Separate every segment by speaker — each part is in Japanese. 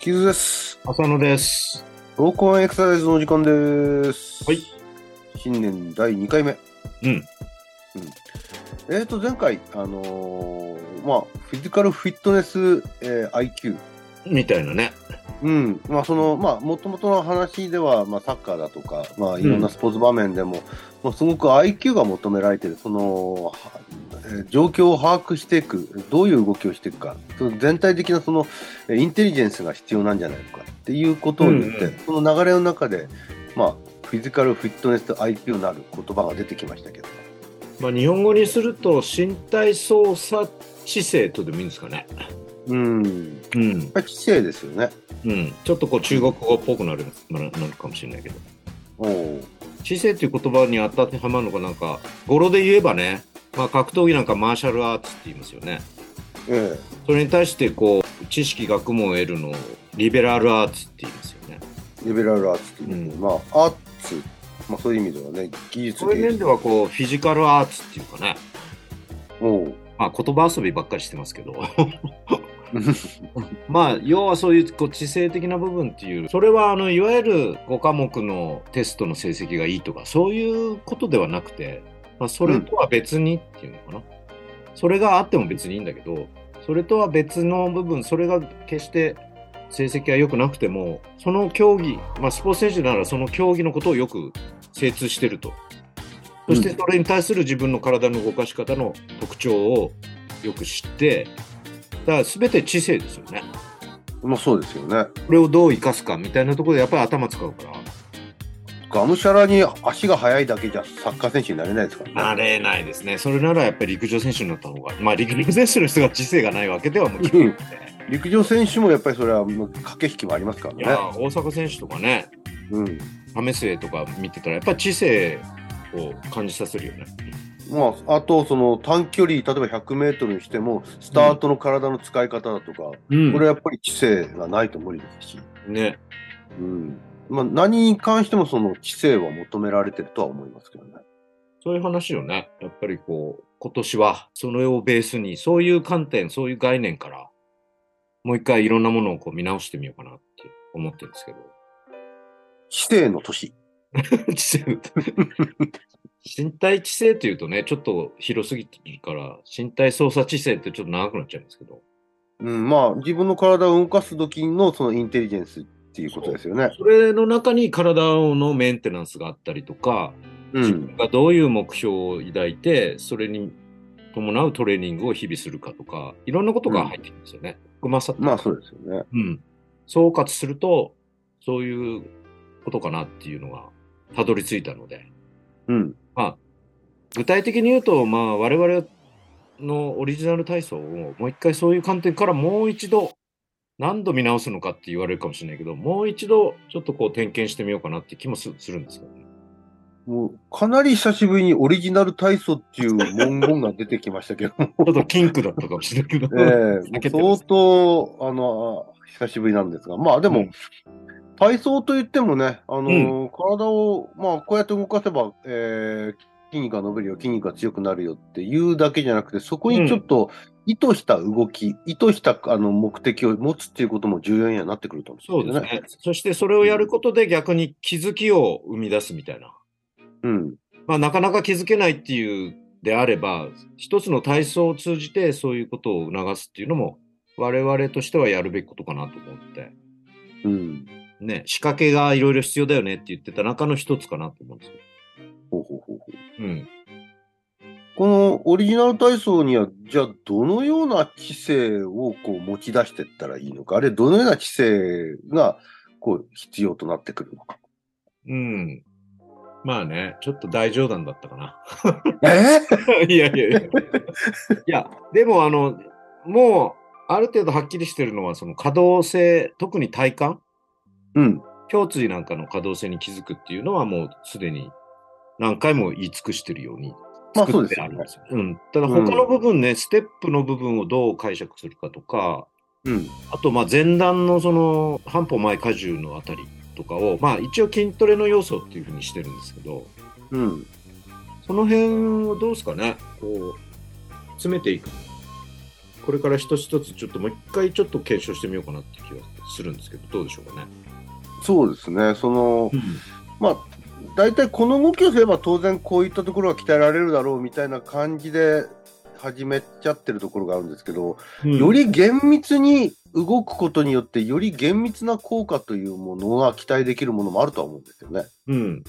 Speaker 1: キズです。
Speaker 2: 浅野です。
Speaker 1: ローコンエクササイズの時間です。
Speaker 2: はい。
Speaker 1: 新年第2回目。
Speaker 2: うん。
Speaker 1: えっ、ー、と、前回、あのーまあ、フィジカルフィットネス、えー IQ。
Speaker 2: みたいなね。
Speaker 1: うん。まあ、その、まあ、もともとの話では、まあ、サッカーだとか、まあ、いろんなスポーツ場面でも、まあ、すごく IQ が求められてる、その、はえー状況を把握していく、どういう動きをしていくか、その全体的なその、えーインテリジェンスが必要なんじゃないのかっていうことを言って、
Speaker 2: うん
Speaker 1: その流れの中で、まあ、フィジカルフィットネスと IQ なる言葉が出てきましたけど。
Speaker 2: まあ、日本語にすると身体操作知性とでもいいんですかね。
Speaker 1: うん。
Speaker 2: うん。
Speaker 1: やっぱり知性ですよね。
Speaker 2: うん。ちょっとこう中国語っぽくなるななるかもしれないけど。
Speaker 1: おー
Speaker 2: 知性っていう言葉に当てはまるのかなんか、語呂で言えばね、まあ、格闘技なんかマーシャルアーツって言いますよね。
Speaker 1: ええ
Speaker 2: それに対してこう、知識学問を得るのをリベラルアーツって言いますよね。
Speaker 1: リベラルアーツっていう、
Speaker 2: うん
Speaker 1: まあアーツ、まあ、そういう意味ではね技術
Speaker 2: そういう面ではこう、フィジカルアーツっていうかね。
Speaker 1: おう
Speaker 2: まあ、言葉遊びばっかりしてますけど。まあ、要はそういうこう知性的な部分っていう、それはあのいわゆる5科目のテストの成績がいいとか、そういうことではなくて、まあ、それとは別にっていうのかな、それがあっても別にいいんだけど、それとは別の部分、それが決して成績が良くなくても、その競技、まあ、スポーツ選手ならその競技のことをよく精通してると。そしてそれに対する自分の体の動かし方の特徴をよく知って、だから全て知性ですよね。
Speaker 1: まあそうですよね
Speaker 2: これをどう生かすかみたいなところでやっぱり頭使うから。
Speaker 1: がむしゃらに足が速いだけじゃサッカー選手になれないですから
Speaker 2: な
Speaker 1: ね
Speaker 2: れないですね。それならやっぱり陸上選手になった方が。まあ陸上選手の人が知性がないわけではもちろんなくて。
Speaker 1: 陸上選手もやっぱりそれはもう駆け引きもありますか
Speaker 2: いや
Speaker 1: らね、
Speaker 2: ー、大阪選手とかね、
Speaker 1: うん、
Speaker 2: 為末とか見てたらやっぱり知性を感じさせるよね。
Speaker 1: まああとその短距離例えば 100m にしてもスタートの体の使い方だとか、
Speaker 2: うん
Speaker 1: これはやっぱり知性がないと無理ですし、
Speaker 2: ね。
Speaker 1: うんまあ、何に関してもその知性は求められてるとは思いますけどね
Speaker 2: そういう話よね。やっぱりこう、今年はそれをベースに、そういう観点、そういう概念から、もう一回いろんなものをこう見直してみようかなって思ってるんですけど。
Speaker 1: 知性の年
Speaker 2: 知性身体知性というとね、ちょっと広すぎてるから、身体操作知性ってちょっと長くなっちゃうんですけど、
Speaker 1: うん、まあ自分の体を動かす時のそのインテリジェンスっていうことですよね。
Speaker 2: それの中に体のメンテナンスがあったりとか、
Speaker 1: う
Speaker 2: 自
Speaker 1: ん
Speaker 2: 分、がどういう目標を抱いて、それに伴うトレーニングを日々するかとか、いろんなことが入ってきますよね。うまさ
Speaker 1: まあそうですよね。
Speaker 2: うん。総括すると、そういうことかなっていうのが、たどり着いたので。
Speaker 1: うん、
Speaker 2: まあ、具体的に言うと、まあ、我々のオリジナル体操をもう一回そういう観点からもう一度何度見直すのかって言われるかもしれないけど、もう一度ちょっとこう点検してみようかなって気もすするんですけどね。
Speaker 1: もうかなり久しぶりにオリジナル体操っていう文言が出てきましたけども、
Speaker 2: ちょっとキンクだったかもしれないけ ど。
Speaker 1: ええ
Speaker 2: けて
Speaker 1: もう
Speaker 2: ま
Speaker 1: 相
Speaker 2: す
Speaker 1: 当あのあ久しぶりなんですが、まあでも、
Speaker 2: うん
Speaker 1: 体操といってもね、あの体を、まあ、こうやって動かせば、えー筋肉が伸びるよ、筋肉が強くなるよっていうだけじゃなくて、そこにちょっと意図した動き、意図したあの目的を持つっていうことも重要にはなってくると思
Speaker 2: そううんで
Speaker 1: ですすよ
Speaker 2: ね。そしてそれをやることで逆に気づきを生み出すみたいな。
Speaker 1: うん。
Speaker 2: まあ、なかなか気づけないっていうであれば、一つの体操を通じてそういうことを促すっていうのも、我々としてはやるべきことかなと思って。
Speaker 1: うん。
Speaker 2: ね、仕掛けがいろいろ必要だよねって言ってた中の一つかなと思うんですよ。
Speaker 1: ほうほうほうほう。
Speaker 2: うん。
Speaker 1: このオリジナル体操には、じゃあどのような知性をこう持ち出していったらいいのか、あるいはどのような知性がこう必要となってくるのか。
Speaker 2: うん。まあね、ちょっと大冗談だったかな。
Speaker 1: え
Speaker 2: いやいやいや。いや、でもあの、もう、ある程度はっきりしてるのは、その可動性、特に体幹、
Speaker 1: うん。
Speaker 2: 胸椎なんかの可動性に気づくっていうのはもうすでに何回も言い尽くしてるように
Speaker 1: まあそ
Speaker 2: 作
Speaker 1: う
Speaker 2: っ
Speaker 1: です
Speaker 2: て
Speaker 1: よ
Speaker 2: ある
Speaker 1: ね
Speaker 2: んですよ。うん。ただ他の部分ね、ステップの部分をどう解釈するかとか、
Speaker 1: うん。
Speaker 2: あとまあ前段のその半歩前荷重のあたりとかを、まあ、一応筋トレの要素っていうふうにしてるんですけど
Speaker 1: うん。
Speaker 2: その辺をどうですかねこう詰めていくこれから一つ一つちょっともう一回ちょっと検証してみようかなっていう気がするんですけどどうでしょうかね。
Speaker 1: そうですね。その、まあ、大体この動きをすれば当然こういったところが鍛えられるだろうみたいな感じで始めちゃってるところがあるんですけど、より厳密に動くことによって、より厳密な効果というものが期待できるものもあるとは思うんですよね。
Speaker 2: うん、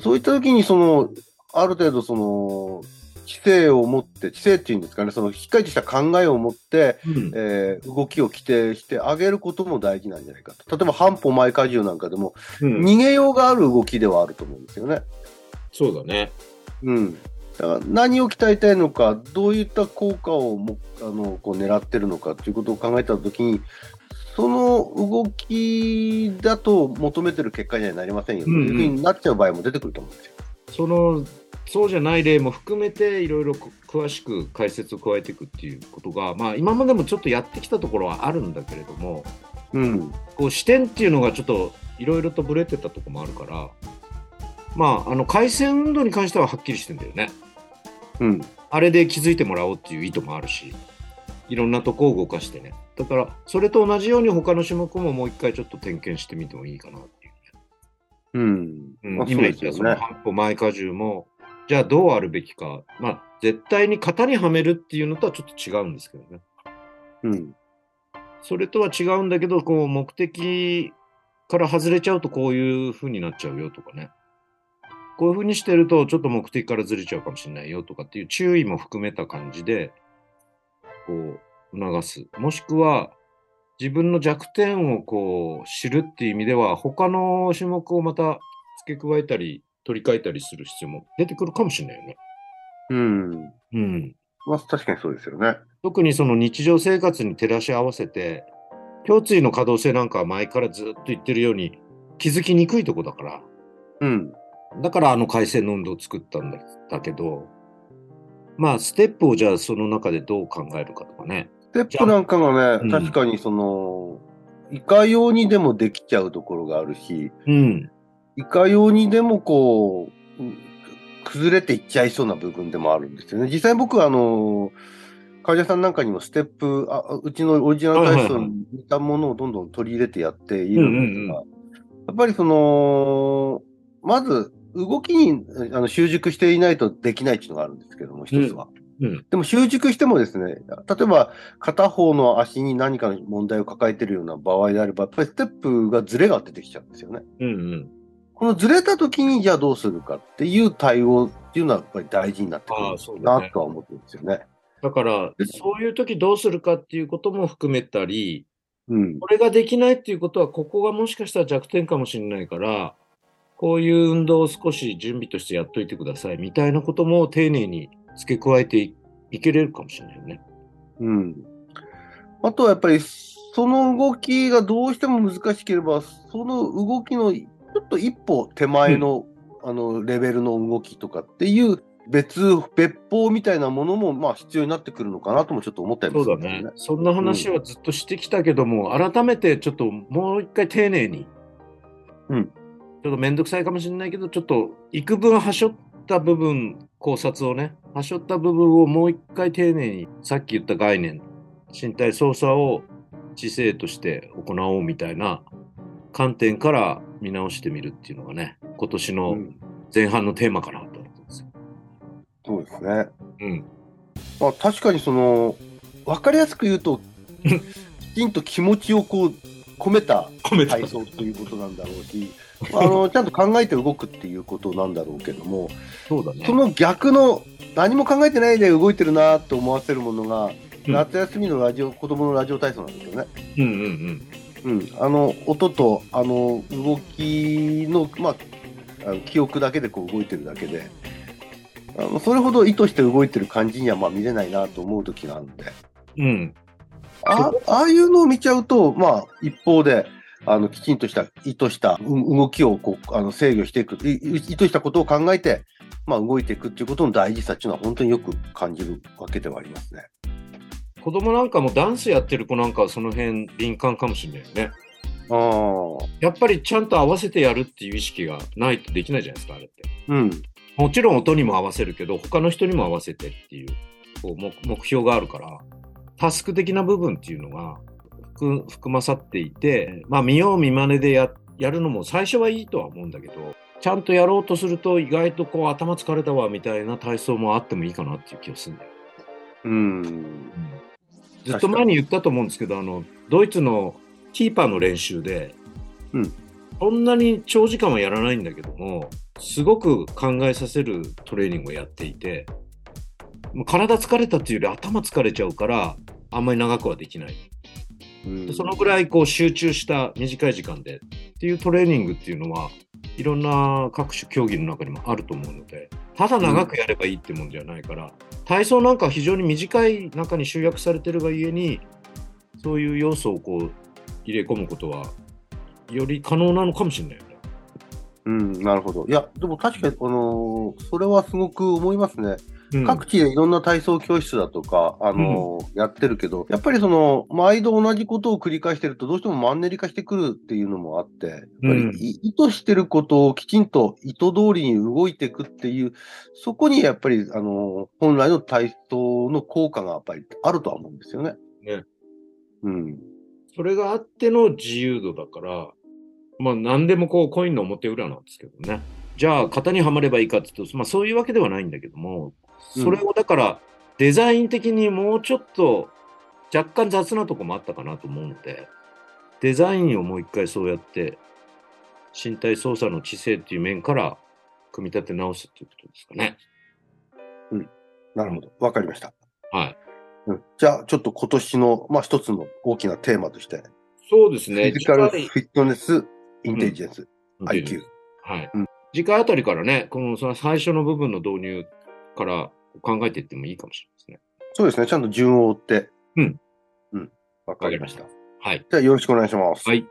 Speaker 1: そういった時に、その、ある程度その、知性を持って、知性っていうんですかね、そのしっかりとした考えを持って、
Speaker 2: うん
Speaker 1: えー動きを規定してあげることも大事なんじゃないかと。例えば、半歩前荷重なんかでも、
Speaker 2: うん
Speaker 1: 逃げようがある動きではあると思うんですよね。
Speaker 2: そうだね。
Speaker 1: うん。だから何を鍛えたいのか、どういった効果をもあのこう狙ってるのかということを考えたときに、その動きだと求めてる結果にはなりませんよ、
Speaker 2: うんうん
Speaker 1: というふうになっちゃう場合も出てくると思うんですよ。
Speaker 2: そのそうじゃない例も含めていろいろこ詳しく解説を加えていくっていうことが、まあ、今までもちょっとやってきたところはあるんだけれども
Speaker 1: うん。
Speaker 2: こう視点っていうのがちょっといろいろとブレてたところもあるから、まあ、あの回線運動に関してははっきりしてんだよね
Speaker 1: うん。
Speaker 2: あれで気づいてもらおうっていう意図もあるしいろんなとこを動かしてねだからそれと同じように他の種目ももう一回ちょっと点検してみてもいいかなっていう。
Speaker 1: うん。
Speaker 2: うん
Speaker 1: まあ
Speaker 2: 今言ったそ
Speaker 1: そ
Speaker 2: う
Speaker 1: で
Speaker 2: の
Speaker 1: すよね。
Speaker 2: 半歩前荷重も、じゃあどうあるべきか、まあ、絶対に型にはめるっていうのとはちょっと違うんですけどね。
Speaker 1: うん。
Speaker 2: それとは違うんだけど、こう目的から外れちゃうとこういう風になっちゃうよとかね。こういう風にしてるとちょっと目的からずれちゃうかもしれないよとかっていう注意も含めた感じで、こう促す。もしくは自分の弱点をこう知るっていう意味では、他の種目をまた付け加えたり、取り替えたりする必要も出てくるかもしれないよね。
Speaker 1: うん。
Speaker 2: うん。
Speaker 1: まあ、確かにそうですよね。
Speaker 2: 特にその日常生活に照らし合わせて胸椎の可動性なんかは前からずっと言ってるように気づきにくいとこだから
Speaker 1: うん。
Speaker 2: だからあの回線の運動を作ったんだだけどまあステップをじゃあその中でどう考えるかとかね
Speaker 1: ステップなんかが
Speaker 2: うん
Speaker 1: ね、確かにその、いかようにでもできちゃうところがあるし、
Speaker 2: うん
Speaker 1: いかようにでもこう、うん崩れていっちゃいそうな部分でもあるんですよね。実際僕はあの、患者さんなんかにもステップ、あうちのオリジナル体操に似たものをどんどん取り入れてやっているんですが、
Speaker 2: う
Speaker 1: やっぱりその、まず動きにあの習熟していないとできないっていうのがあるんですけども、一つは。
Speaker 2: うん
Speaker 1: でも習熟してもですね、例えば片方の足に何かの問題を抱えているような場合であれば、やっぱりステップがズレが出てきちゃうんですよね。
Speaker 2: うんうん
Speaker 1: このずれた時にじゃあどうするかっていう対応っていうのはやっぱり大事になって
Speaker 2: ああ
Speaker 1: く
Speaker 2: そう
Speaker 1: る
Speaker 2: だね
Speaker 1: なとは思ってるんですよね。
Speaker 2: だからそういう時どうするかっていうことも含めたり
Speaker 1: うん。
Speaker 2: これができないっていうことは、ここがもしかしたら弱点かもしれないから、こういう運動を少し準備としてやっといてくださいみたいなことも丁寧に付け加えていいけれるかもしれないよね。
Speaker 1: うん。あとはやっぱりその動きがどうしても難しければ、その動きのちょっと一歩手前の、あのレベルの動きとかっていう別、別法みたいなものもまあ必要になってくるのかなともちょっと思ったり
Speaker 2: そ
Speaker 1: も
Speaker 2: う
Speaker 1: する
Speaker 2: だ
Speaker 1: んです
Speaker 2: ね
Speaker 1: よね。。
Speaker 2: そんな話はずっとしてきたけども、改めてちょっともう一回丁寧に、
Speaker 1: うん
Speaker 2: ちょっとめんどくさいかもしれないけど、ちょっと幾分端折った部分、考察をね、端折った部分をもう一回丁寧に、さっき言った概念、身体操作を知性として行おうみたいな観点から見直してみるっていうのがね、今年
Speaker 1: う
Speaker 2: の
Speaker 1: ん
Speaker 2: 前半のテーマかなと思ってます。
Speaker 1: そうですね。
Speaker 2: うん。
Speaker 1: まあ、確かにその分かりやすく言う ときちんと気持ちをこう込めた
Speaker 2: コメント
Speaker 1: 体操ということなんだろうし あのちゃんと考えて動くっていうことなんだろうけども
Speaker 2: そうだね
Speaker 1: そ。の逆の何も考えてないで動いてるなと思わせるものが
Speaker 2: うん
Speaker 1: 夏休みのラジオ子供のラジオ体操なんですよね。
Speaker 2: うんうんうん。
Speaker 1: うん、あの音とあの動きの,、まあ、あの記憶だけでこう動いてるだけであのそれほど意図して動いてる感じにはまあ見れないなと思う時があるんで。
Speaker 2: うん。
Speaker 1: あああいうのを見ちゃうと、まあ、一方で、あのきちんとした意図したう動きをこうあの制御していくいい意図したことを考えて、まあ、動いていくっていうことの大事さっていうのは本当によく感じるわけではありますね。
Speaker 2: 子供なんかもダンスやってる子なんかはその辺敏感かもしれないよね。
Speaker 1: ああ、
Speaker 2: やっぱりちゃんと合わせてやるっていう意識がないとできないじゃないですか、あれって。
Speaker 1: うん、
Speaker 2: もちろん音にも合わせるけど、他の人にも合わせてっていうこう目目標があるから、タスク的な部分っていうのが含含まさっていて、まあ見よう見まねでややるのも最初はいいとは思うんだけど、ちゃんとやろうとすると意外とこう頭疲れたわみたいな体操もあってもいいかなっていう気がするんだよ。
Speaker 1: うん、
Speaker 2: ずっと前に言ったと思うんですけど、あの、ドイツのキーパーの練習で、
Speaker 1: うん
Speaker 2: そんなに長時間はやらないんだけども、すごく考えさせるトレーニングをやっていて、もう体疲れたっていうより頭疲れちゃうから、あんまり長くはできない。
Speaker 1: うん
Speaker 2: でそのぐらいこう集中した短い時間でっていうトレーニングっていうのは、いろんな各種競技の中にもあると思うので、ただ長くやればいいってもんじゃないから、体操なんかは非常に短い中に集約されてるがゆえに、そういう要素をこう入れ込むことは、より可能なのかもしれないよね。
Speaker 1: うん、なるほど。いや、でも確かに、あのーそれはすごく思いますね。
Speaker 2: うん
Speaker 1: 各地でいろんな体操教室だとか、あのーやってるけど、やっぱりその、毎度同じことを繰り返してると、どうしてもマンネリ化してくるっていうのもあって、やっぱ
Speaker 2: うん
Speaker 1: りい意図してることをきちんと意図通りに動いていくっていう、そこにやっぱり、あのー本来の体操の効果がやっぱりあるとは思うんですよね。
Speaker 2: ね
Speaker 1: うん。
Speaker 2: それがあっての自由度だから、まあ何でもこうコインの表裏なんですけどね。じゃあ型にはまればいいかっていうと、まあそういうわけではないんだけども、それをだからデザイン的にもうちょっと若干雑なとこもあったかなと思うので、デザインをもう一回そうやって身体操作の知性っていう面から組み立て直すっていうことですかね。
Speaker 1: なるほど。わかりました。
Speaker 2: はい。
Speaker 1: うん、じゃあ、ちょっと今年の、まあ、一つの大きなテーマとして、
Speaker 2: そうです
Speaker 1: フィ
Speaker 2: ね。
Speaker 1: ジカルフ
Speaker 2: 次
Speaker 1: ィットネス、インテリジェンス、
Speaker 2: 回
Speaker 1: IQ。
Speaker 2: はい。
Speaker 1: うん
Speaker 2: 次回あたりからね、このその最初の部分の導入から考えていってもいいかもしれないですね。
Speaker 1: そうですね、ちゃんと順を追って。
Speaker 2: うん。
Speaker 1: うん。わかりました。
Speaker 2: はい。
Speaker 1: じゃあ、よろしくお願いします。
Speaker 2: はい。